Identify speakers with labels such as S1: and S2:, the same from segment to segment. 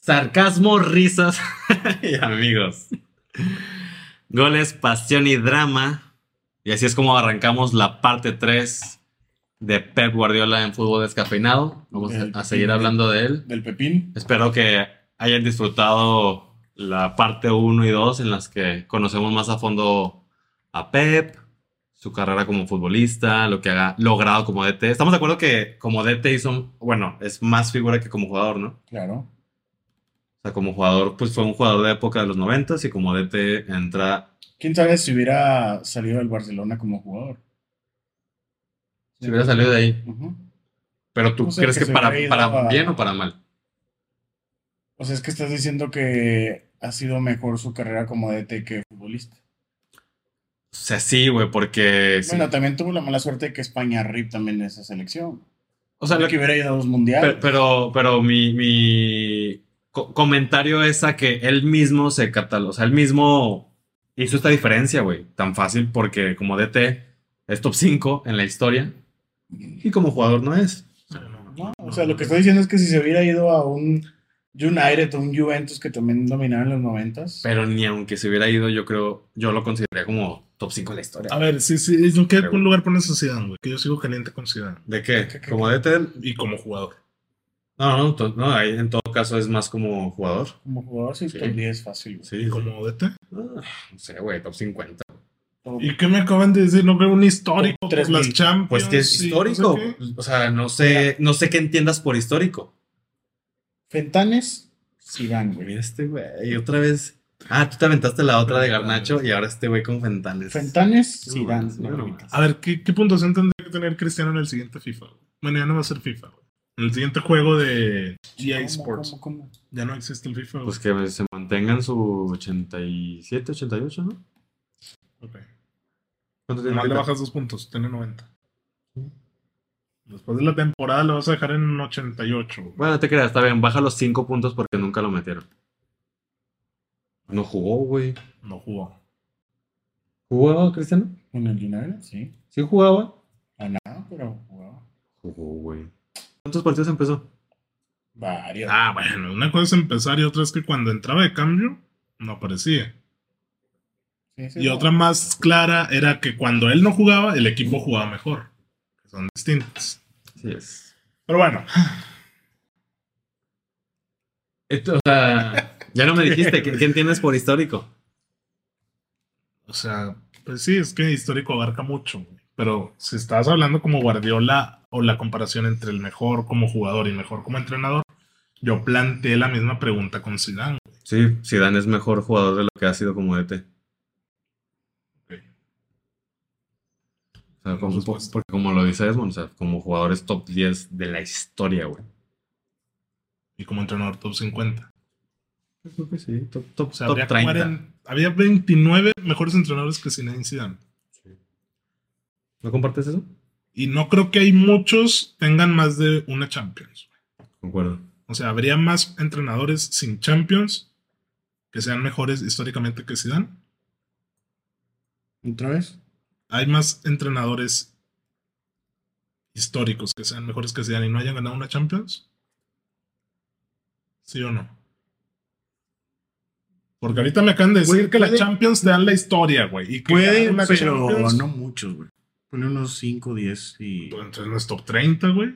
S1: Sarcasmo, risas y amigos. Goles, pasión y drama. Y así es como arrancamos la parte 3 de Pep Guardiola en fútbol descafeinado. Vamos
S2: El
S1: a seguir
S2: Pep.
S1: hablando de él.
S2: Del Pepín.
S1: Espero que hayan disfrutado la parte 1 y 2 en las que conocemos más a fondo a Pep, su carrera como futbolista, lo que ha logrado como DT. Estamos de acuerdo que como DT hizo, bueno, es más figura que como jugador, ¿no?
S2: Claro.
S1: O sea, como jugador, pues fue un jugador de época de los 90 y como DT entra,
S2: ¿Quién sabe si hubiera salido del Barcelona como jugador?
S1: si hubiera salido de ahí.
S2: Ujú.
S1: Pero tú
S2: O sea,
S1: crees
S2: que
S1: que,
S2: se
S1: para,
S2: hubiera ido
S1: para
S2: a-
S1: bien o para mal?
S2: O sea, es que estás diciendo que ha sido mejor su carrera como DT que futbolista.
S1: O sea, sí, güey, porque... sí.
S2: Bueno, también tuvo la mala suerte de que España RIP también de esa selección.
S1: o sea,
S2: De
S1: lo-
S2: que hubiera ido a dos
S1: Pero,
S2: mundiales.
S1: pero, pero mi, mi co- comentario es a que él mismo se catalogó, o sea, él mismo hizo esta diferencia, güey, tan fácil porque como DT es top 5 en la historia y como jugador no es.
S2: No, o sea, lo que estoy diciendo es que si se hubiera ido a un United o un Juventus que también dominaban los noventas.
S1: Pero ni aunque se hubiera ido, yo creo, yo lo consideraría como top 5 en la
S3: A
S1: historia.
S3: ver, sí, sí, ¿en qué lugar pones a Zidane, güey? Que yo sigo caliente con Zidane.
S1: ¿De qué?
S2: ¿Qué, qué,
S1: ¿Como DT?
S3: Y como jugador.
S1: No, no, to- no, ahí en todo caso es más como jugador.
S2: Como jugador, sí,
S1: Sí.
S2: top 10 fácil. güey.
S1: Sí,
S3: Y como DT.
S1: Ah, no sé, güey, top 50.
S2: Top-
S3: ¿Y qué me acaban de decir? No creo un histórico
S2: Con
S3: por las
S2: 3000.
S3: Champions.
S1: Pues que es
S3: y
S1: histórico.
S3: no sé qué.
S1: O sea, no sé, no sé qué entiendas por histórico.
S2: Fentanes, Zidane, güey.
S1: Mira este güey, y otra vez. Ah, tú te aventaste la otra de Garnacho y ahora este güey con Fentanes.
S2: Fentanes,
S1: No,
S2: Zidane.
S1: no,
S2: güey.
S1: no.
S3: A ver, ¿qué, qué puntuación tendría que tener Cristiano en el siguiente FIFA? güey? Bueno, ya no va a ser FIFA, güey. En el siguiente juego de EA
S2: ¿Cómo,
S3: Sports.
S2: cómo, cómo?
S3: Ya no existe el FIFA, güey.
S1: Pues que se mantengan su 87, 88, ¿no?
S3: Ok.
S1: ¿Cuánto tiene?
S3: Nomás le bajas dos puntos, tiene 90. Después de la temporada lo vas a dejar en 88. güey.
S1: Bueno, no te creas, está bien, baja los 5 puntos porque nunca lo metieron. No jugó, güey.
S3: No jugó.
S1: ¿Jugaba Cristiano?
S2: ¿Con el United? Sí.
S1: Sí jugaba.
S2: Ganaba, Ah, pero jugaba.
S1: Jugó, güey. ¿Cuántos partidos empezó?
S2: Varios.
S3: Ah, bueno, una cosa es empezar y otra es que cuando entraba de cambio, no aparecía.
S2: Sí, sí,
S3: Y
S2: no.
S3: otra más clara era que cuando él no jugaba, el equipo jugaba mejor. Son distintas.
S1: Sí es.
S3: Pero bueno,
S1: Esto, o sea, ya no me dijiste, ¿qué, qué entiendes por histórico?
S3: o sea, pues sí, es que histórico abarca mucho. güey. Pero si estás hablando como Guardiola o la comparación entre el mejor como jugador y mejor como entrenador, yo planteé la misma pregunta con Zidane.
S1: Sí, Zidane es mejor jugador de lo que ha sido como E DT.
S3: Ok.
S1: O sea, como,
S3: Por supuesto.
S1: porque como lo dice Edmond, o sea, como jugadores top 10 de la historia, güey.
S3: y como entrenador top 50.
S1: Yo creo que sí, top, top,
S3: O sea,
S1: top
S3: habría
S1: 30.
S3: 40 había 29 mejores entrenadores que Zinedine Zidane.
S1: ¿No compartes eso?
S3: Y no creo que hay muchos tengan más de una Champions.
S1: Concuerdo.
S3: O sea, habría más entrenadores sin Champions que sean mejores históricamente que Zidane.
S2: ¿Otra vez?
S3: Hay más entrenadores históricos que sean mejores que Zidane y no hayan ganado una Champions. ¿Sí o no? Porque ahorita me acaban de decir
S2: Güey,
S3: que las
S2: puede-
S3: Champions te dan la historia, güey. Y que ganar
S2: Puede,
S3: una
S2: pero
S3: Champions-
S2: no muchos, güey. Pone unos 5, 10 y...
S3: Pues Entonces no es top 30, güey.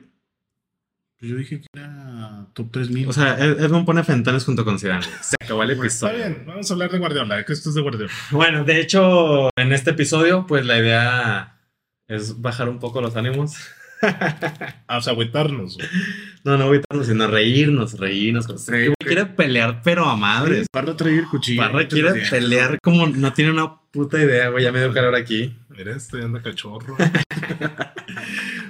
S2: Yo dije que era top 3000.
S1: O sea, Ed- Edmond pone Fentanes junto con Zidane. güey. Se acabó el
S3: Está
S1: episodio.
S3: bien, vamos a hablar de Guardiola, eh, que esto es de Guardiola.
S1: Bueno, de hecho, en este episodio, pues la idea es bajar un poco los ánimos.
S3: Ah, o sea, agüitarnos, güey.
S1: No, no evitarnos, sino reírnos, reírnos. con-
S2: Sí,
S1: Este güey
S2: ok.
S1: quiere pelear, pero a madres.
S2: Parra trae el cuchillo.
S1: Parra quiere pelear como no tiene una puta idea, güey. Ya me dio calor aquí.
S3: Mira, este anda cachorro.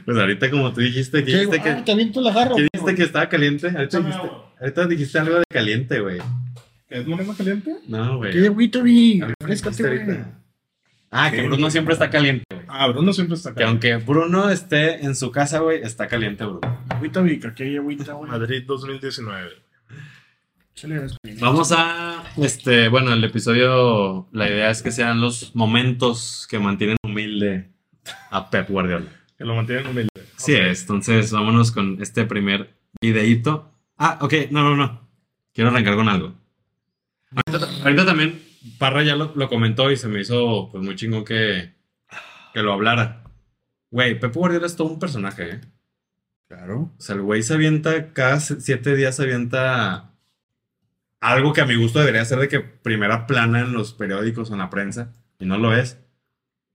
S1: Pues ahorita, como tú dijiste, que dijiste que,
S2: "Ah, también tú la agarro.
S1: que dijiste que estaba caliente. Ahorita
S3: Échame
S1: dijiste,
S3: agua.
S1: ahorita dijiste algo de caliente, güey.
S3: ¿Es una más caliente?
S1: No,
S2: ¿Qué
S1: güey.
S2: agüita, vi?
S1: Ahorita
S2: Refrescate,
S1: dijiste
S2: güey.
S1: ahorita. Ah, que
S3: ¿Qué?
S1: Bruno siempre está caliente.
S3: Ah, Bruno siempre está
S1: Que aunque Bruno esté en su casa, güey, está caliente, Bruno.
S2: Agüita, vi. que Aquí hay agüita, güey.
S3: Madrid 2019.
S2: Échale gas, güey.
S1: Vamos a, este, bueno, el episodio, la idea es que sean los momentos que mantienen humilde a Pep Guardiola.
S3: Que lo mantienen humilde.
S1: Sí es, entonces vámonos con este primer videíto. Ah, ok, no, no, no. Quiero arrancar con algo. Ahorita, ahorita también Parra ya lo, lo comentó y se me hizo pues, muy chingón que, que lo hablara. Güey, Pep Guardiola es todo un personaje, ¿eh?
S4: Claro.
S1: O sea, el güey se avienta, cada se- siete días se avienta algo que a mi gusto debería ser de que primera plana en los periódicos o en la prensa, y no lo es,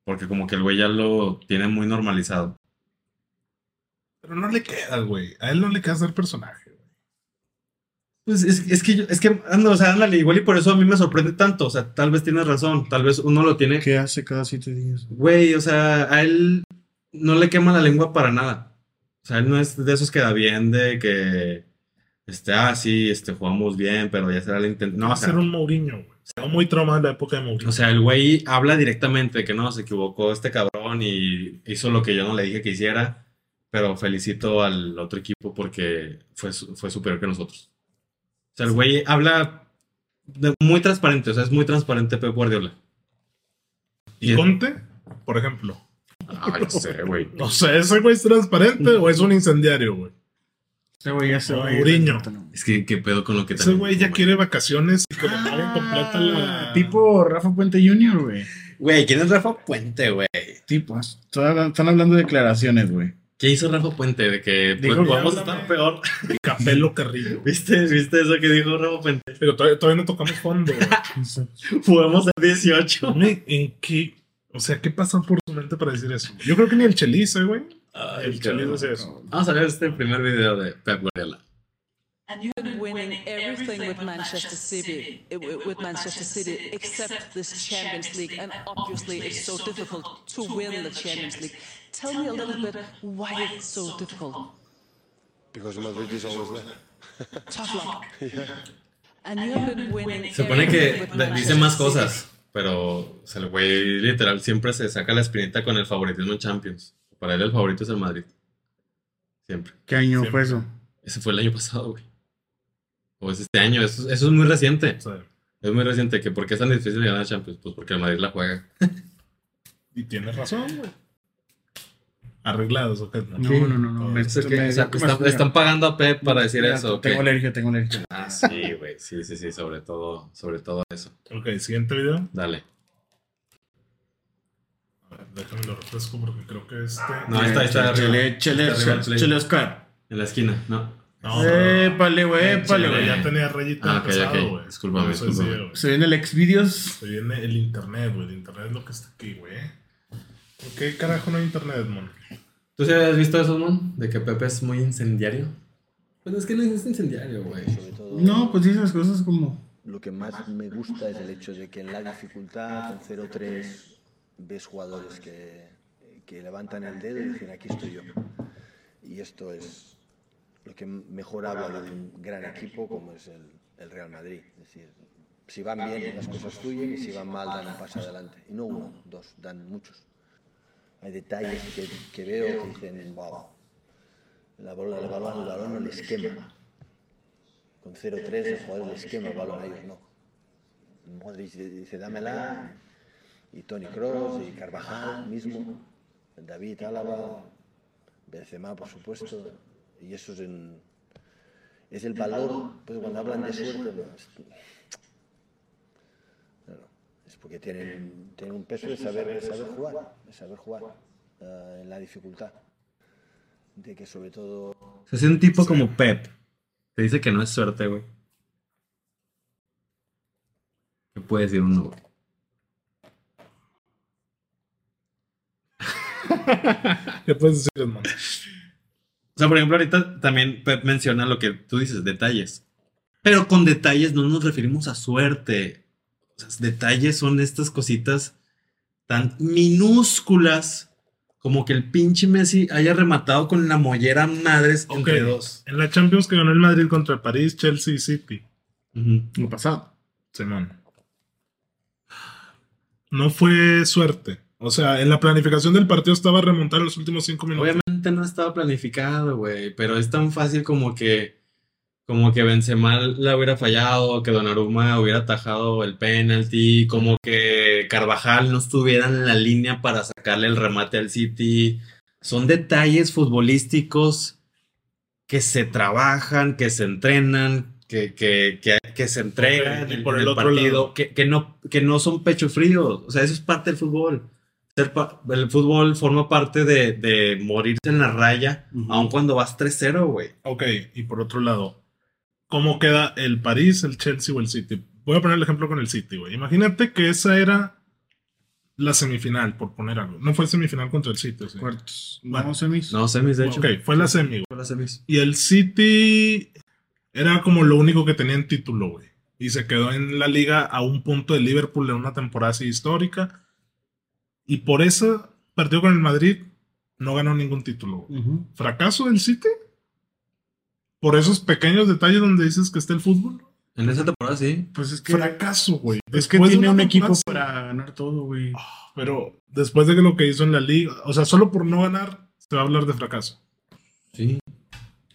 S1: porque como que el güey ya lo tiene muy normalizado.
S3: Pero no le queda, güey. A él no le queda ser personaje. güey.
S1: Pues es, es que, yo- es que, ando, o sea, ándale, igual y por eso a mí me sorprende tanto, o sea, tal vez tienes razón, tal vez uno lo tiene,
S4: ¿Qué hace cada siete días?
S1: güey, o sea, a él no le quema la lengua para nada. O sea, él no es de esos que da bien, de que, este, ah, sí, este, jugamos bien, pero ya será el intento. No,
S3: Va
S1: o
S3: a
S1: sea,
S3: ser un Mourinho, güey. Estaba muy traumado en la época de Mourinho.
S1: O sea, el güey habla directamente de que no, se equivocó este cabrón y hizo lo que yo no le dije que hiciera, pero felicito al otro equipo porque fue, su- fue superior que nosotros. O sea, el güey habla de- muy transparente, o sea, es muy transparente Pep Guardiola.
S3: y Conte, por ejemplo.
S1: Ay, no Ah, sé, güey.
S3: O sea, ¿ese güey es transparente o es un incendiario, güey?
S4: Este güey ya se
S3: va
S4: va
S3: a ir. Mourinho.
S1: Es que qué pedo con lo que
S3: Ese
S1: también-
S3: güey ya quiere vacaciones Ah. y que le paguen completa la...
S4: Tipo Rafa Puente Jr., güey.
S1: Güey, ¿quién es Rafa Puente, güey?
S4: Tipo, está- están hablando de declaraciones, güey.
S1: ¿Qué hizo Rafa Puente? De que pues,
S4: Dijo que
S1: vamos a
S3: háblame.
S1: estar peor.
S3: y Capelo Carrillo.
S1: ¿Viste? ¿Viste eso que dijo Rafa Puente?
S3: Pero todavía, todavía no tocamos fondo, güey.
S1: Podemos a 18.
S3: Dime, ¿en qué? O sea, ¿qué pasa por su mente para decir eso? Yo creo que ni el Chelice, güey.
S1: Ay,
S3: El Chelice hace eso.
S1: Vamos a ver este primer video de Pep Guardiola.
S5: And you have been winning everything with Manchester City, eh, wi- with Manchester City, except this Champions League. And obviously, it's so difficult to win the Champions League. Tell me a little bit why it's so difficult.
S6: Because Madrid is always there.
S5: Tough luck. And you have been winning.
S1: Se supone que
S5: everything
S1: de-
S5: with
S1: dice más
S5: Manchester City.
S1: cosas, pero o sea, el güey literal siempre se saca la espinita con el favoritismo en Champions. Para él el favorito es el Madrid. Siempre.
S4: ¿Qué año
S3: Siempre.
S4: fue eso?
S1: Ese fue el año pasado, güey. O es este año. Eso, eso es muy reciente.
S3: O sea,
S1: Es muy reciente. que ¿Por qué es tan difícil de ganar Champions? Pues porque el Madrid la juega.
S3: y tienes razón, güey. Arreglados, ok.
S4: No, no, no, no.
S3: Todo.
S4: me-
S1: Es que,
S4: me-
S1: o sea,
S4: me-
S1: están, están pagando a Pep para decir
S4: Mira,
S1: eso. ¿o qué?
S4: Tengo alergia, tengo alergia.
S1: Ah, sí, güey. Sí, sí, sí. Sobre todo, sobre todo eso.
S3: Ok, siguiente video.
S1: Dale.
S3: A ver, déjame lo refresco porque creo que este.
S1: No, Ah, ahí está, ahí está arriba.
S4: Chele, chele,
S1: Está arriba,
S4: chele, chele, Oscar.
S1: En la esquina, no.
S3: No,
S4: Épale, güey, épale,
S3: Chale,
S1: chele.
S4: güey.
S3: ya tenía rayita
S1: Ah, ok,
S3: empezado,
S1: ok.
S3: güey.
S1: Discúlpame,
S3: Eso sí,
S1: discúlpame.
S3: güey.
S4: Se viene el ex videos.
S3: Se viene el internet, güey. El internet es lo que está aquí, güey. ¿Por qué carajo no hay internet, mon?
S1: ¿Tú sí habías visto eso, Mon? De que Pepe es muy incendiario. Pues es que no es incendiario, güey.
S6: Sobre todo,
S4: No, pues dice las cosas como.
S6: lo que más me gusta es el hecho de que en la dificultad, en 0-3, ves jugadores que, que levantan el dedo y dicen, aquí estoy yo. Y esto es lo que mejor habla de un gran equipo como es el, el Real Madrid. Es decir, si van bien las cosas fluyen y si van mal dan un paso adelante. Y no uno, dos, dan muchos. Hay detalles que, que veo que dicen, wow, la bola, el balón, el balón no les quema. Con 0-3 el jugador les quema el balón a ellos, no. Modric dice, dámela. Y Tony Cross, y Carvajal mismo, David Álava, Benzema, por supuesto. Y eso es, en- es el valor, pues cuando hablan de suerte, no, es, no, no, es porque tienen, tienen un peso de Eh, saber, de saber jugar, de saber jugar eh, en la dificultad. De que sobre todo
S1: Se hace un tipo como Pep. Te dice que no es suerte, güey. ¿Qué puede decir uno, güey?
S3: ¿Qué puedes decir, mon?
S1: O sea, por ejemplo, ahorita también Pep menciona lo que tú dices, detalles. Pero con detalles no nos referimos a suerte. O sea, detalles son estas cositas tan minúsculas como que el pinche Messi haya rematado con la mollera madres
S3: Ok.
S1: entre dos.
S3: En la Champions que ganó el Madrid contra el París, Chelsea y City.
S1: Ujú.
S4: Lo pasado.
S3: Simón. No fue suerte. O sea, en la planificación del partido estaba remontar los últimos cinco minutos.
S1: Obviamente no estaba planificado, güey, pero es tan fácil como que como que Benzema la hubiera fallado, que Donnarumma hubiera atajado el penalti, como que Carvajal no estuviera en la línea para sacarle el remate al City. Son detalles futbolísticos que se trabajan, que se entrenan, que, que, que, que se entregan
S3: Ok, y
S1: en-
S3: por
S1: en
S3: el
S1: el,
S3: otro lado.
S1: partido, que, que no, que no son pecho fríos. O sea, eso es parte del fútbol. Ser pa- el fútbol forma parte de, de morirse en la raya,
S2: Ujú.
S1: aun cuando vas 3-0, güey.
S3: Ok, y por otro lado, ¿cómo queda el París, el Chelsea o el City? Voy a poner el ejemplo con el City, güey. Imagínate que esa era la semifinal, por poner algo. No fue semifinal contra el City, sí.
S4: Cuartos.
S3: Bueno.
S4: No, semis.
S1: No, semis, de hecho.
S3: Ok, fue la semi, güey.
S1: Fue la semis.
S3: Y el City era como lo único que tenía en título, güey. Y se quedó en la liga a un punto de Liverpool en una temporada así histórica. Y por eso perdió con el Madrid, no ganó ningún título. güey.
S4: Ujú.
S3: Fracaso del City. Por esos pequeños detalles donde dices que está el fútbol.
S1: En esa temporada sí.
S4: Pues es que,
S3: Fracaso, güey.
S4: es que
S1: Pues
S3: Después de
S4: tiene un
S3: una
S4: equipo
S3: temporada así.
S4: para ganar todo, güey.
S3: Pero después de que lo que hizo en la liga, o sea, solo por no ganar, se va a hablar de fracaso.
S1: Sí.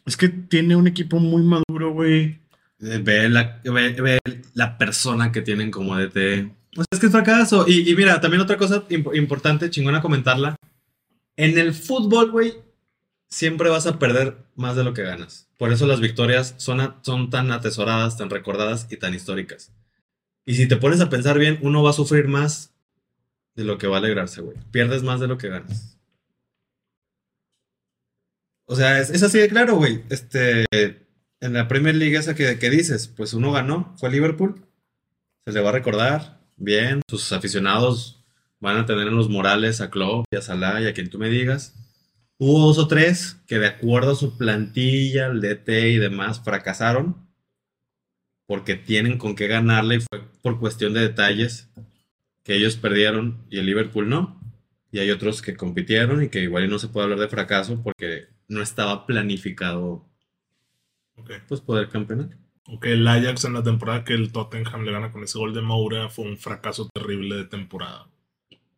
S4: Es que tiene un equipo muy maduro, güey.
S1: Eh, Ve la, ve- ve la persona que tienen como DT. Pues es que es fracaso. Y, y mira, también otra cosa imp- importante, chingona comentarla. En el fútbol, güey, siempre vas a perder más de lo que ganas. Por eso las victorias son, a- son tan atesoradas, tan recordadas y tan históricas. Y si te pones a pensar bien, uno va a sufrir más de lo que va a alegrarse, güey. Pierdes más de lo que ganas. O sea, es, es así de claro, güey. Este, en la Premier League esa que, que dices, pues uno ganó, fue Liverpool. Se le va a recordar, bien. Sus aficionados van a tener en los morales a Klopp y a Salah y a quien tú me digas. Hubo dos o tres que de acuerdo a su plantilla, el DT y demás, fracasaron porque tienen con qué ganarle y fue por cuestión de detalles que ellos perdieron y el Liverpool no. Y hay otros que compitieron y que igual y no se puede hablar de fracaso porque no estaba planificado
S3: Ok.
S1: pues poder campeonar.
S3: O que el Ajax en la temporada que el Tottenham le gana con ese gol de Moura fue un fracaso terrible de temporada.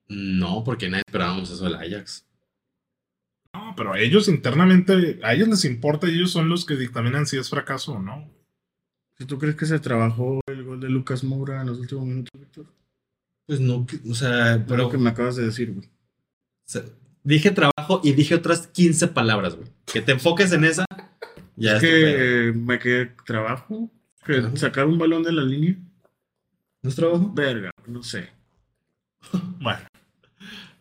S1: No, porque nadie esperábamos eso del Ajax.
S3: No, pero a ellos internamente, a ellos les importa, ellos son los que dictaminan si es fracaso o no.
S4: Si tú crees que se trabajó el gol de Lucas Moura en los últimos minutos, Víctor.
S1: Pues no, que- o sea,
S4: Pero
S1: pero
S4: lo que me acabas de decir, güey.
S1: se- dije trabajo y dije otras 15 palabras, güey. Que te enfoques en esa, ya
S4: Es
S1: es tu pedo.
S4: que eh, me quedé trabajo. Que
S1: Ajá.
S4: sacar un balón de la línea.
S1: ¿No es trabajo?
S4: Verga, no sé.
S3: Bueno,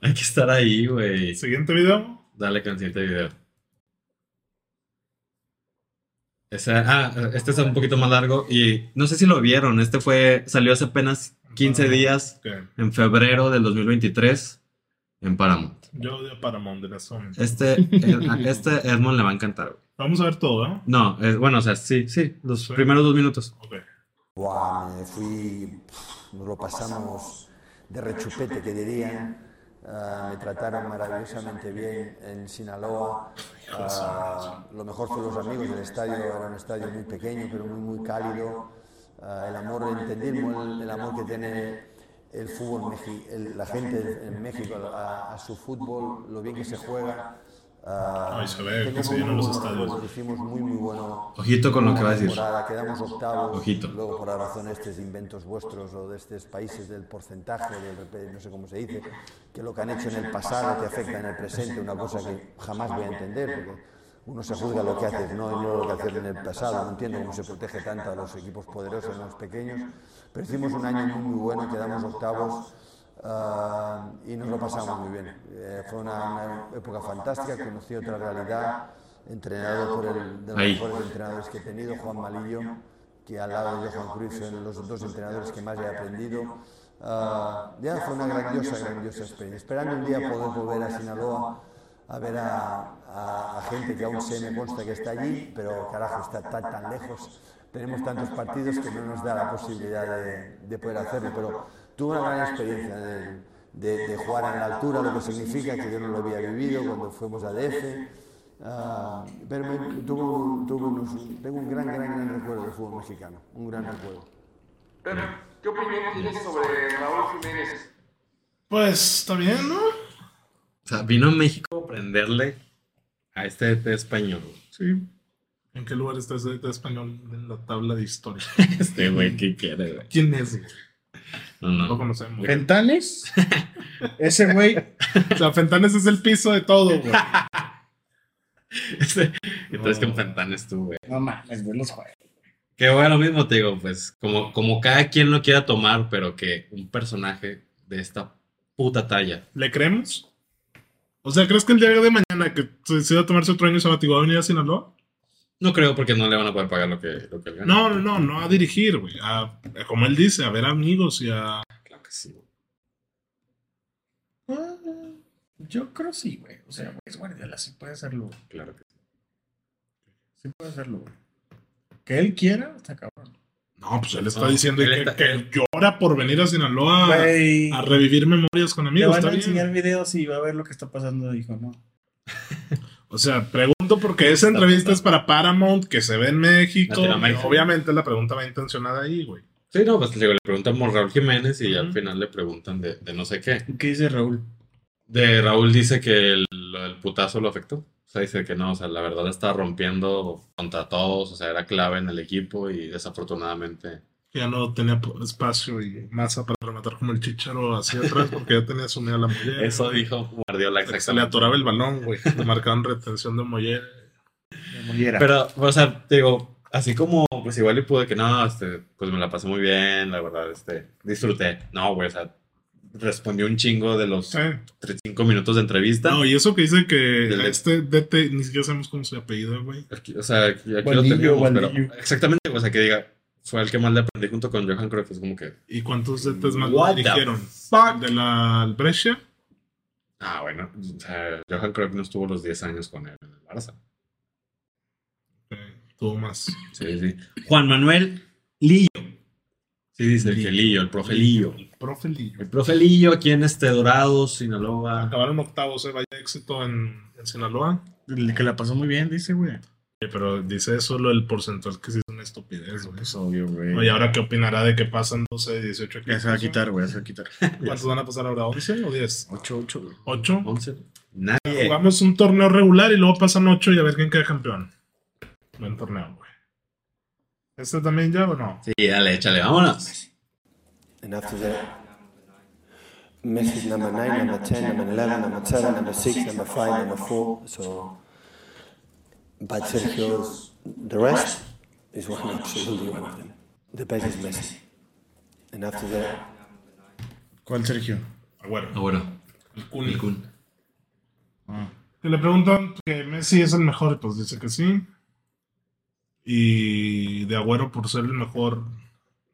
S1: Hay que estar ahí, güey.
S3: siguiente video.
S1: Dale con el siguiente video. Esa- ah, este es un poquito más largo y no sé si lo vieron. Este fue, salió hace apenas 15
S3: Ah.
S1: días,
S3: que
S1: en febrero del 2023, en Paramount.
S3: yo odio a Paramount en este momento.
S1: Este, el- a este Edmond le va a encantar, güey.
S3: Vamos a ver todo, ¿no?
S1: No, eh, bueno, o sea, sí, sí, los
S3: Sí.
S1: primeros dos minutos.
S3: Ok.
S6: Buah, me fui, nos lo pasamos de rechupete, que dirían. Ah, me trataron maravillosamente bien en Sinaloa. Ah, lo mejor fue los amigos del estadio, era un estadio muy pequeño, pero muy, muy cálido. Ah, el amor, entendimos el, el amor que tiene el fútbol, mexi- el- la gente en México a, a su fútbol, lo bien que se juega. Ah,
S3: Ay, se ve que
S6: tengo
S3: se
S6: muy
S3: llenan los
S6: buenos
S3: estadios.
S6: recuerdos, Hicimos muy, muy bueno
S1: Ojito con lo que va a decir.
S6: temporada, quedamos octavos.
S1: Ojito.
S6: Luego, por la razón de estos inventos vuestros o de estos países del porcentaje, del rep- no sé cómo se dice, que lo que han hecho en el pasado te afecta en el presente, una cosa que jamás voy a entender, porque uno se juzga lo que haces, no, no lo que haces en el pasado. No entiendo cómo se protege tanto a los equipos poderosos, a los pequeños. Pero hicimos un año muy, muy bueno, quedamos octavos. ah, y nos lo pasamos muy bien. Eh, fue una, una época fantástica, conocí otra realidad, entrenado por el de los
S1: Ahí.
S6: mejores entrenadores que he tenido, Juan Malillo, que al lado de Johan Cruyff son los dos entrenadores que más he aprendido. Ah, ya fue una grandiosa, grandiosa experiencia. Esperando un día poder volver a Sinaloa a ver a, a- a gente que aún se me consta que está allí, pero carajo, está tan, tan lejos. Tenemos tantos partidos que no nos da la posibilidad de, de poder hacerlo, pero tuve una gran experiencia de, de- de jugar en la altura, lo que significa que yo no lo había vivido cuando fuimos a DF. Ah, pero me- tuvo- tuvo unos- tengo un gran, gran, gran recuerdo del fútbol mexicano. Un gran recuerdo.
S7: Pero, ¿Qué opinión tienes sobre Raúl Jiménez?
S3: Pues está bien, ¿no?
S1: O sea, vino a México a aprenderle a este DT español. güey.
S3: Sí. ¿En qué lugar está ese de español en la tabla de historia?
S1: Este güey, ¿qué quiere, güey?
S3: ¿Quién es? güey?
S1: No,
S3: No
S1: no.
S3: conocemos.
S2: ¿Ventanes? Ese güey.
S3: O sea, Fentanes es el piso de todo, güey.
S1: Entonces,
S3: No.
S1: que Pantanes tú, güey.
S2: No mames, güey, los juegos.
S1: Que Que bueno, mismo te digo, pues, como, como cada quien lo quiera tomar, pero que un personaje de esta puta talla.
S3: ¿Le creemos? O sea, ¿crees que el día de mañana que se decida tomarse otro año sabático va a venir a Sinaloa?
S1: No creo porque no le van a poder pagar lo que, lo que él gana.
S3: No, no, no, no a dirigir, güey. A- a- como él dice, a ver amigos y a.
S1: Claro que sí.
S4: Ah, Yo creo sí, güey. O sea, güey, es Guardiola, sí puede hacerlo. güey.
S1: Claro que sí.
S4: Sí puede hacerlo, güey. Que él quiera, está cabrón.
S3: No, pues él está
S1: No,
S3: diciendo
S1: Ah, él
S3: que,
S1: está-
S3: que él llora por venir a
S4: Ah,
S3: Sinaloa a-
S4: Güey,
S3: a revivir memorias con
S4: le
S3: amigos.
S4: van
S3: Está
S4: a
S3: bien.
S4: enseñar videos y va a ver lo que está pasando, dijo, no.
S3: O sea, pregunto porque esa entrevista es para Paramount, que se ve en México.
S1: Latinoamérica.
S3: y Obviamente la pregunta va intencionada ahí, güey.
S1: Sí, no, pues le, le preguntan por Raúl Jiménez y al
S3: Ujú.
S1: final le preguntan de, de no sé qué.
S4: ¿Qué dice Raúl?
S1: De Raúl dice que el, lo del putazo lo afectó. O sea, dice que no, o sea, la verdad la estaba rompiendo contra todos, o sea, era clave en el equipo y desafortunadamente.
S3: Ya no tenía po- espacio y masa para rematar como el chicharo hacia atrás porque ya tenía sumida la mujer.
S1: Eso dijo Guardiola
S3: Se le
S1: exactamente.
S3: atoraba el balón, güey. Le marcaron retención de Moller.
S1: Pero, o sea, te digo, así como, pues igual y pude que no, este, pues me la pasé muy bien, la verdad, este, disfruté. No, güey, o sea, respondió un chingo de los
S3: Sí.
S1: cinco minutos de entrevista.
S3: No, y eso que dice que
S1: Del-
S3: este DT, ni siquiera sabemos cómo se apellida, güey.
S1: Aquí- o sea, aquí, aquí
S4: Valdillo,
S1: lo tenemos, pero
S4: Valdillo.
S1: exactamente, o sea, que diga, fue el que más le aprendí junto con Johan Cruyff, es como que,
S3: ¿Y cuántos DTs más
S1: What
S3: lo
S1: the
S3: dirigieron?
S1: fuck?
S3: ¿De la Brescia?
S1: ah, bueno, o sea, Johan Cruyff no estuvo los 10 años con él en el Barça.
S3: Ok, tuvo más.
S1: Sí, sí. Juan Manuel Lillo. Sí, dice el que Lillo, el profe Lillo.
S3: El profe Lillo.
S1: El profe Lillo aquí en este Dorado, Sinaloa.
S3: Acabaron octavos, eh, vaya éxito en, en Sinaloa.
S4: El que la pasó muy bien, dice, güey.
S3: Eh, Pero dice eso lo del porcentual que sí es una estupidez, güey.
S4: Es obvio, güey.
S3: Oye, ¿ahora qué opinará de que pasan 12,
S4: Ya
S3: 18 equipos?
S4: se va a quitar, güey, ya se va a quitar.
S3: ¿Cuántos van a pasar ahora? ¿11 o 10?
S4: 8-8, güey.
S3: ¿8?
S1: 11. Nadie.
S3: Jugamos un torneo regular y luego pasan 8 y a ver quién queda campeón. Buen torneo, güey. ¿Este también ya o no?
S1: Sí, dale, échale, vámonos.
S6: And after that, message number nine, number ten, number eleven, number seven, number six, number five, number four. So, but Sergio's the rest is one absolutely one of them. The best is Messi. And after that,
S4: ¿Cuál Sergio?
S3: Ah, Bueno,
S1: Ahora,
S3: el
S1: Ah, el
S3: Kun.
S1: Kun.
S3: Que le preguntan que Messi es el mejor, pues dice que sí. Y de Agüero por ser el mejor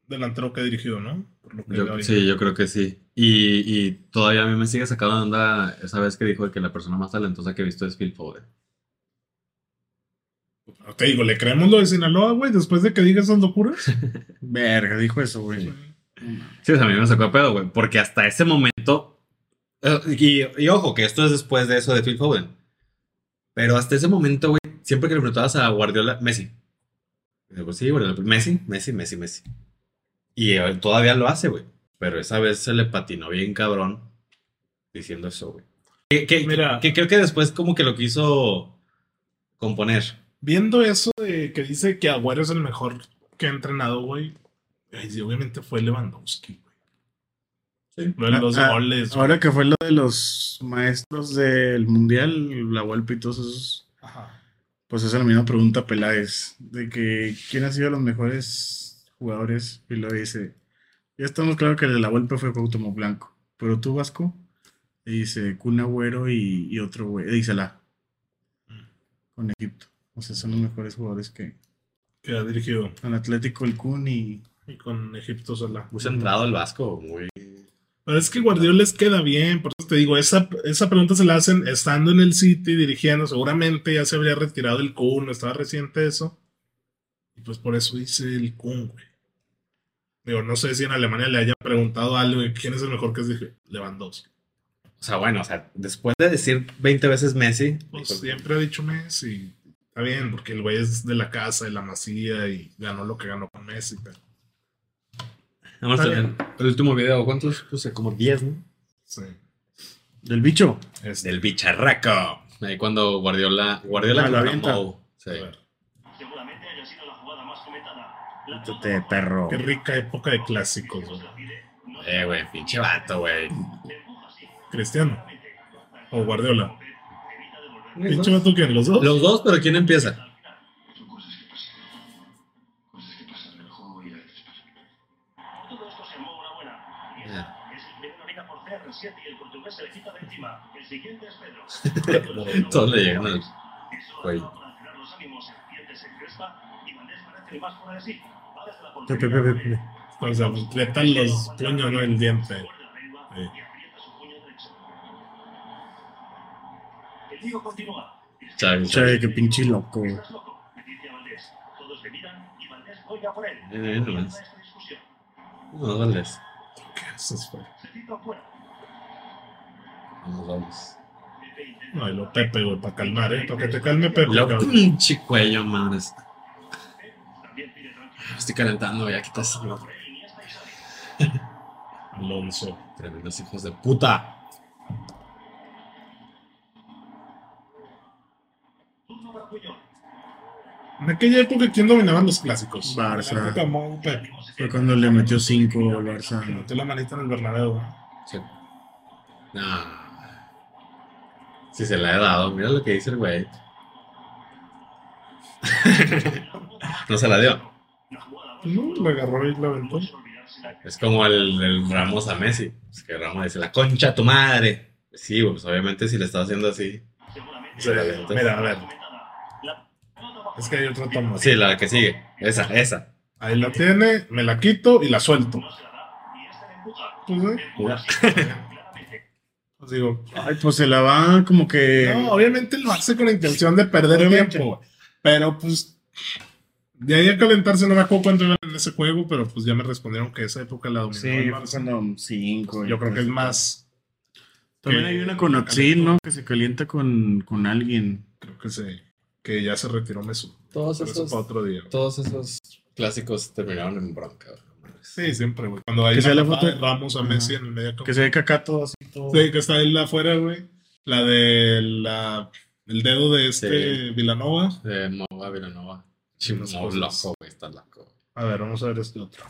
S3: delantero que ha dirigido, ¿no? Por lo que
S1: Yo-
S3: veo ahí.
S1: sí, yo creo que sí. Y, y todavía a mí me sigue sacando de onda esa vez que dijo que la persona más talentosa que he visto es Phil Foden.
S3: Te digo, ¿le creemos lo de Sinaloa, güey? Después de que diga esas locuras.
S4: Verga, dijo eso, güey.
S1: Sí, o sea, a mí me sacó de pedo, güey, porque hasta ese momento, eh, y, y ojo, que esto es después de eso de Phil Foden, pero hasta ese momento, güey, siempre que le preguntabas a Guardiola, Messi. Y digo, sí, Guardiola, pero Messi, Messi, Messi, Messi. Y eh, todavía lo hace, güey, pero esa vez se le patinó bien cabrón diciendo eso, güey. Que, que-
S3: Mira.
S1: que creo que después como que lo quiso componer.
S3: Viendo eso de que dice que Agüero es el mejor que ha entrenado, güey. ay, sí, obviamente fue Lewandowski, güey. Lo de los
S4: Ah, ah,
S3: goles. güey.
S4: Ahora que fue lo de los maestros del mundial, la Volpe y todos esos,
S3: Ajá.
S4: pues esa es la misma pregunta, Peláez, de que quién ha sido los mejores jugadores, y lo dice, ya estamos claro que el de la Volpe fue Cuauhtémoc Blanco, pero tú, Vasco, y dice Kun Agüero y, y otro güey, dice la, con Egipto, o sea, son los mejores jugadores que,
S3: Que ha dirigido.
S4: con Atlético el Kun y...
S3: Y con Egipto Salah.
S1: Muy centrado el Vasco, muy...
S3: Pero es que Guardiola les queda bien, por eso te digo, esa, esa pregunta se la hacen estando en el City dirigiendo, seguramente ya se habría retirado el Kun, estaba reciente eso. Y pues por eso hice el Kun, güey. Digo, no sé si en Alemania le haya preguntado algo de quién es el mejor que es dije, Lewandowski.
S1: O sea, bueno, o sea, después de decir 20 veces Messi,
S3: Pues
S1: dijo,
S3: siempre ha dicho Messi. Está bien, porque el güey es de la casa, de la masía y ganó lo que ganó con Messi, pero
S1: Vamos a
S3: Está
S1: ver
S3: bien.
S1: el último video, ¿cuántos? Puse como 10, ¿no?
S3: sí.
S4: Del bicho.
S3: Este,
S1: Del bicharraco. Ahí cuando Guardiola. Guardiola
S4: Ah, lo
S1: contra
S4: avienta.
S1: Mou. Sí.
S3: a ver,
S8: Seguramente haya sido la jugada más comentada. La pelota
S4: Quítate, perro.
S3: qué rica época de clásicos, güey.
S1: Eh, güey, pinche vato, güey.
S3: Cristiano o Guardiola. Pinche vato que los dos.
S1: Los dos, pero ¿quién empieza?
S8: Arturo José Moura Buena. Y esta es viene ahorita por CR7 y el portugués se le quita de encima. El siguiente es Pedro.
S1: Todos le llegan al cuello.
S4: Pe- pe- pe- pe-
S3: O sea, pues le dan los puños, no el diente. Sí.
S8: El lío continúa.
S1: Chale,
S4: Chale, qué pinche loco, güey.
S8: Estás loco, me dice a Valdés. Todos le miran y Valdés juega por él.
S1: Eh, eh, nomás.
S8: Comienza esta discusión.
S1: No, Valdés.
S3: ¿Qué haces, güey?
S8: Se cita fuera.
S1: Vamos, vamos.
S8: Pepe intenta-
S3: Ay, lo Pepe, güey, para calmar, ¿eh? Para que te calme, Pepe.
S1: Lo
S3: cabrón.
S1: pinche cuello, madres.
S8: También pide tranquilo
S1: Estoy calentando, ya quitas esa madre.
S8: por él. Iniesta y sale.
S3: Alonso.
S1: Tremendos hijos de puta.
S8: Turno para Puyol.
S3: En aquella época, ¿quién dominaba los clásicos?
S4: Barça.
S3: La época Mo- Pepe.
S4: Fue cuando le metió 5 al Barça.
S3: Le metió la manita en el Bernabéu. güey.
S1: Sí. Nah. Si se la he dado, mira lo que dice el güey. no se la dio.
S3: Pues, No, lo agarró y lo aventó.
S1: Es como el, el Ramos a Messi. Es que Ramos dice, la concha a tu madre. Sí, pues obviamente si le estás haciendo así.
S3: Sí, mira, a ver. Es que hay otra toma.
S1: Sí, la que sigue. Esa, esa.
S3: Ahí la tiene, me la quito y la suelto. Pues, ¿eh? Pues digo,
S4: Ay, pues se la va como que.
S3: no, obviamente lo hace con la intención de perder
S4: Obviamente.
S3: tiempo, güey. Pero pues, de ahí a calentarse no me acuerdo cuánto iban en ese juego, pero pues ya me respondieron que esa época la dominó
S4: sí,
S3: el
S4: fue
S3: Barça.
S4: cuando pues, 5.
S3: Yo creo que es más,
S4: También hay una con Oxid, ¿no? Que se calienta con, con alguien.
S3: creo que se, que ya se retiró Mesut.
S1: Todos
S3: Pero eso para otro día. güey.
S1: todos esos clásicos terminaron en bronca.
S3: Sí, siempre, güey. Cuando hay
S4: Que sea
S3: una
S4: la
S3: patada
S4: foto-
S3: de Ramos a Messi
S4: Ajá.
S3: en el medio campo.
S4: Que se ve que acá todo así, todo.
S3: Sí, que está él afuera, güey. La de la el dedo de este
S1: Sí.
S3: Vilanova.
S1: De Nova, Villanova.
S3: Unas
S1: Chimo,
S3: cosas.
S1: loco, güey, está loco.
S3: A ver, vamos a ver este otro.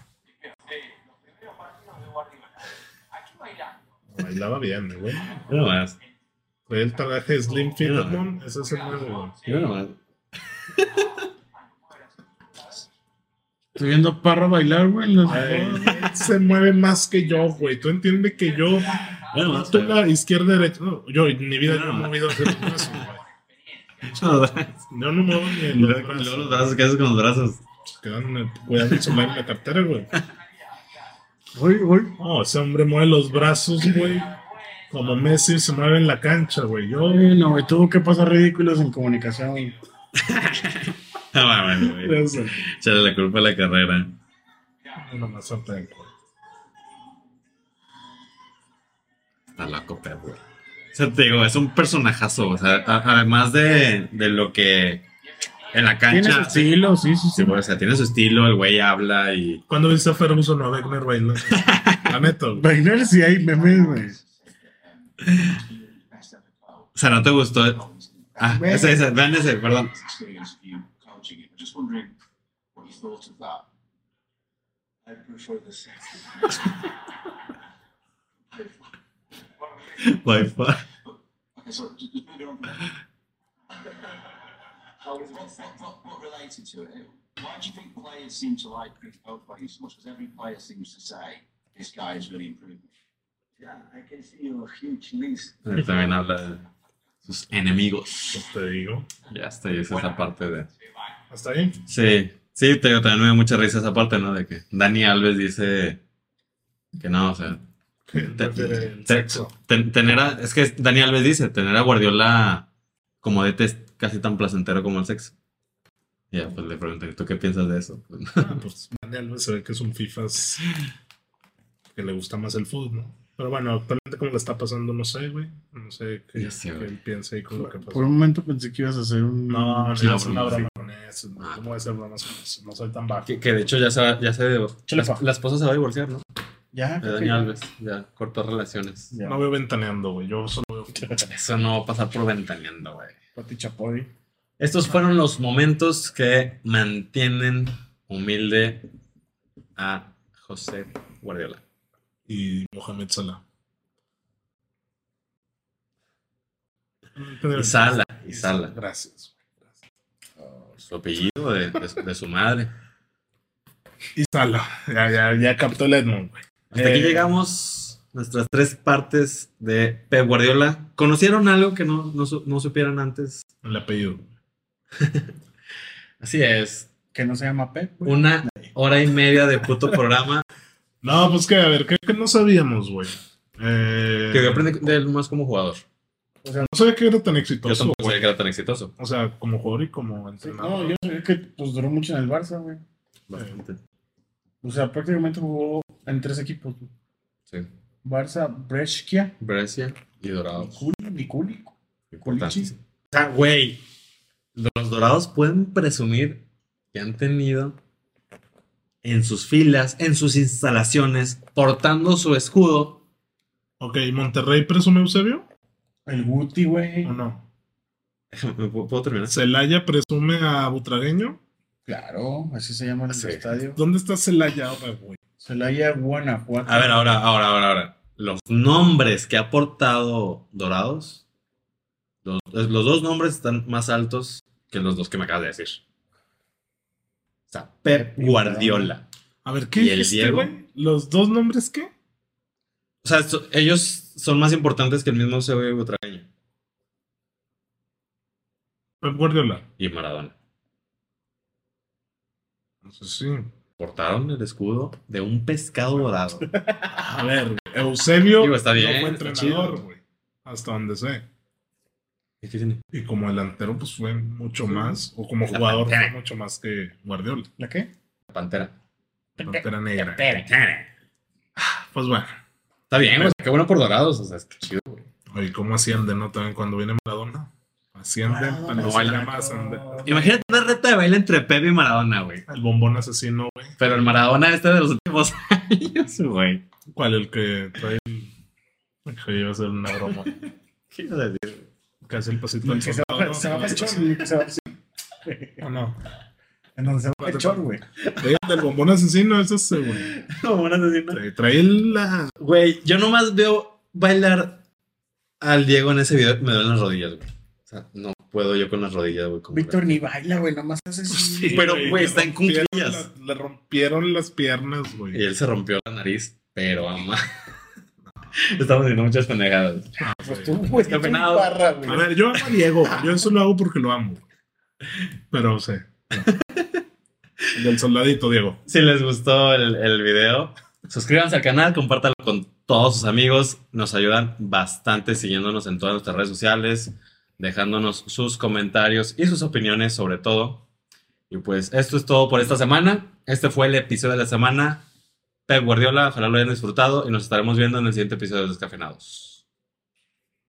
S3: Bailaba bien, güey.
S1: Mira nomás,
S3: Trae el traje de Slim Fit,
S1: Mira.
S3: ¿no? Ese es el nuevo.
S1: mira nomás.
S4: Estoy viendo a Parra bailar, güey. en las-
S3: Ay, él se mueve más que yo, güey. Tú entiendes que yo.
S1: Mira nomás,
S3: Tú
S1: güey.
S3: la izquierda, derecha. No, yo en mi vida
S1: Mira
S3: no he
S1: nomás.
S3: movido así los brazos, güey.
S1: Y
S3: Yo no muevo ni el
S1: luego y luego los brazos, ¿qué haces con los brazos?
S3: Quedan en el- cuidando el celular en la cartera, güey.
S4: Uy, uy.
S3: No, ese hombre mueve los brazos, güey. Como Messi se mueve en la cancha, güey. Yo,
S4: Ay, No, güey, tuvo que pasar ridículos en comunicación, güey.
S1: Ah, bueno, bueno, güey.
S3: eso.
S1: Échale la culpa a la carrera.
S3: Nomás falta el gol.
S1: Está loco, Pep, güey. O sea, te digo, es un personajazo. O sea, a- además de, de lo que en la
S4: Tiene su
S1: cancha.
S4: estilo, sí,
S1: Sí,
S4: sí, sí.
S1: güey, o sea, tiene su estilo, el güey habla y.
S3: ¿Cuándo viste a Ferguson o a Wegner bailando? La neta, güey. Ah,
S4: Bailar sí hay memes, güey.
S1: O sea, no te gustó. Ah, ese, ese, vean ese, perdón.
S7: experience of you coaching it. I'm just wondering what you thought of that. I prefer the second.
S1: Wi-Fi.
S7: Okay, so just, just moving on from that. Well, not, not, not related to it. Why do you think players seem to like Chris Boatwright as much as every player seems to say this guy is really improving? Yeah, I can see you're a huge list.
S1: Él También habla de sus enemigos.
S3: Pues te digo.
S1: Ya está, y es esa parte de.
S3: ¿Hasta ahí?
S1: Sí, sí, te digo, también me dio mucha risa esa parte, ¿no? De que Dani Alves dice que no, o sea, Te-
S3: Prefiere el
S1: te-
S3: sexo.
S1: ten- tener a, es que Dani Alves dice, tener a Guardiola como DT es casi tan placentero como el sexo. Y ya, pues le pregunté, ¿tú qué piensas de eso? Pues,
S3: Ah, pues Dani Alves se ve que es un FIFAs que le gusta más el fútbol, ¿no? Pero bueno, actualmente cómo le está pasando, no sé, güey. No sé qué,
S1: Ya sé,
S3: qué
S1: güey.
S3: él piensa ahí con lo que pasó.
S4: Por un momento pensé que ibas a hacer un.
S3: No, no,
S1: Sí,
S3: es
S1: por-
S3: una
S1: sí.
S3: broma con eso. güey.
S1: Ah.
S3: ¿Cómo voy a hacer bromas con eso? No soy tan bajo.
S1: que, que de hecho ya se, va- ya se
S4: Chale,
S1: la,
S4: pa.
S1: la esposa se va a divorciar, ¿no?
S4: Ya,
S1: De
S4: creo que
S1: Dani
S4: ya.
S1: Alves, ya cortó relaciones.
S4: Ya.
S3: No veo ventaneando, güey. Yo solo veo.
S1: Eso no va a pasar por ventaneando, güey.
S4: Pati Chapoy.
S1: Estos fueron los momentos que mantienen humilde a José Guardiola.
S3: Y Mohamed Salah. Tener-
S1: Y Sala, y Sala.
S3: Gracias.
S1: Su apellido de, de- de su madre.
S3: Y Salo. Ya, ya, ya captó el Edmund, güey.
S1: Hasta aquí
S3: Eh,
S1: llegamos nuestras tres partes de Pep Guardiola. ¿Conocieron algo que no, no, su- no supieran antes?
S3: El apellido.
S1: Así es.
S2: Que no se llama Pep, güey.
S1: Una hora y media de puto programa.
S3: No, pues que, a ver, ¿qué, qué no sabíamos, güey? Eh,
S1: Que yo aprendí de él más como jugador.
S3: no sabía que era tan
S1: Yo
S3: exitoso,
S1: tampoco sabía
S3: güey.
S1: que era tan exitoso.
S3: O sea, como jugador y como
S2: Sí,
S3: entrenador.
S2: no, yo sé que pues, duró mucho en el Barça, güey.
S1: Bastante.
S2: O sea, prácticamente jugó en tres equipos. güey.
S1: Sí.
S2: Barça, Brescia
S1: Brescia y Dorados.
S2: Culi, mi Culi.
S1: Importante. O sea, güey. Los Dorados pueden presumir que han tenido en sus filas, en sus instalaciones, portando su escudo.
S3: Ok, ¿Monterrey presume Eusebio
S2: El Guti, güey.
S3: o no?
S1: ¿Me puedo puedo terminar?
S3: ¿Celaya presume a Butragueño?
S2: Claro, así se llama el
S1: Sí.
S2: estadio.
S3: ¿Dónde está Celaya ahora, güey?
S2: Celaya, Guanajuato.
S1: A ver, ahora, ahora, ahora, ahora. Los nombres que ha portado Dorados, los, los dos nombres están más altos que los dos que me acabas de decir. O sea, Pep Guardiola.
S3: A ver, ¿qué
S1: ¿Y el
S3: dijiste,
S1: Diego?
S3: güey? ¿Los dos nombres qué?
S1: O sea, so- ellos son más importantes que el mismo Eusebio Butragueño
S3: Pep Guardiola.
S1: y Maradona.
S3: No sé, sí.
S1: Portaron el escudo de un pescado dorado.
S3: A ver, Eusebio
S1: Digo, está bien,
S3: no fue
S1: está
S3: entrenador,
S1: chido.
S3: güey. Hasta donde sé.
S1: ¿Qué tiene?
S3: Y como delantero, pues fue mucho
S1: Sí.
S3: más. O como
S1: La
S3: jugador, fue
S1: pantera.
S3: mucho más que Guardiola.
S2: ¿La qué?
S1: La Pantera.
S3: La Pantera negra.
S1: Está
S3: Pues bueno.
S1: bien, o sea, qué bueno por Dorados. O sea, está chido.
S3: Oye, ¿cómo ascienden, no? También cuando viene Maradona. Ascienden,
S2: Maradona,
S3: pero
S1: Ah, no
S3: se
S1: baila.
S3: llama ascender.
S1: Imagínate una reta de baile entre Pep y Maradona, güey.
S3: El bombón asesino, güey.
S1: Pero el Maradona este de los últimos años, güey.
S3: ¿Cuál? El que trae el... Hijo, iba a ser una broma.
S1: ¿Qué ibas a decir?
S3: que hace el pasito
S2: El
S3: del
S2: que se
S3: soldado,
S2: va,
S3: ¿no?
S2: se va pechón, que se va sí,
S3: No, no.
S2: En donde se va pechón, güey.
S3: Oye, el del bombón asesino, es ese, güey.
S1: Como un asesino.
S3: Trae, trae la...
S1: Güey, yo nomás veo bailar al Diego en ese video. Me duelen las rodillas, güey. O sea, no puedo yo con las rodillas, güey. como-
S2: Víctor ni baila, güey, nomás hace así.
S1: Pero,
S3: le
S1: güey, está en
S3: rompieron
S1: cuclillas.
S3: la- Le rompieron las piernas,
S1: Y
S3: güey.
S1: él se rompió la nariz, pero ama. Estamos haciendo muchas pendejadas.
S2: Pues tú, güey, tú un
S1: Escapinado.
S2: barra,
S3: Ah, A
S2: güey.
S3: ver, yo amo a Diego. güey. Yo eso lo hago porque lo amo. güey. Pero, o sea... El del soldadito, Diego.
S1: Si les gustó el, el video, suscríbanse al canal, compártanlo con todos sus amigos. Nos ayudan bastante siguiéndonos en todas nuestras redes sociales, dejándonos sus comentarios y sus opiniones sobre todo. Y pues esto es todo por esta semana. Este fue el episodio de la semana. Pep Guardiola, ojalá lo hayan disfrutado y nos estaremos viendo en el siguiente episodio de Descafeinados.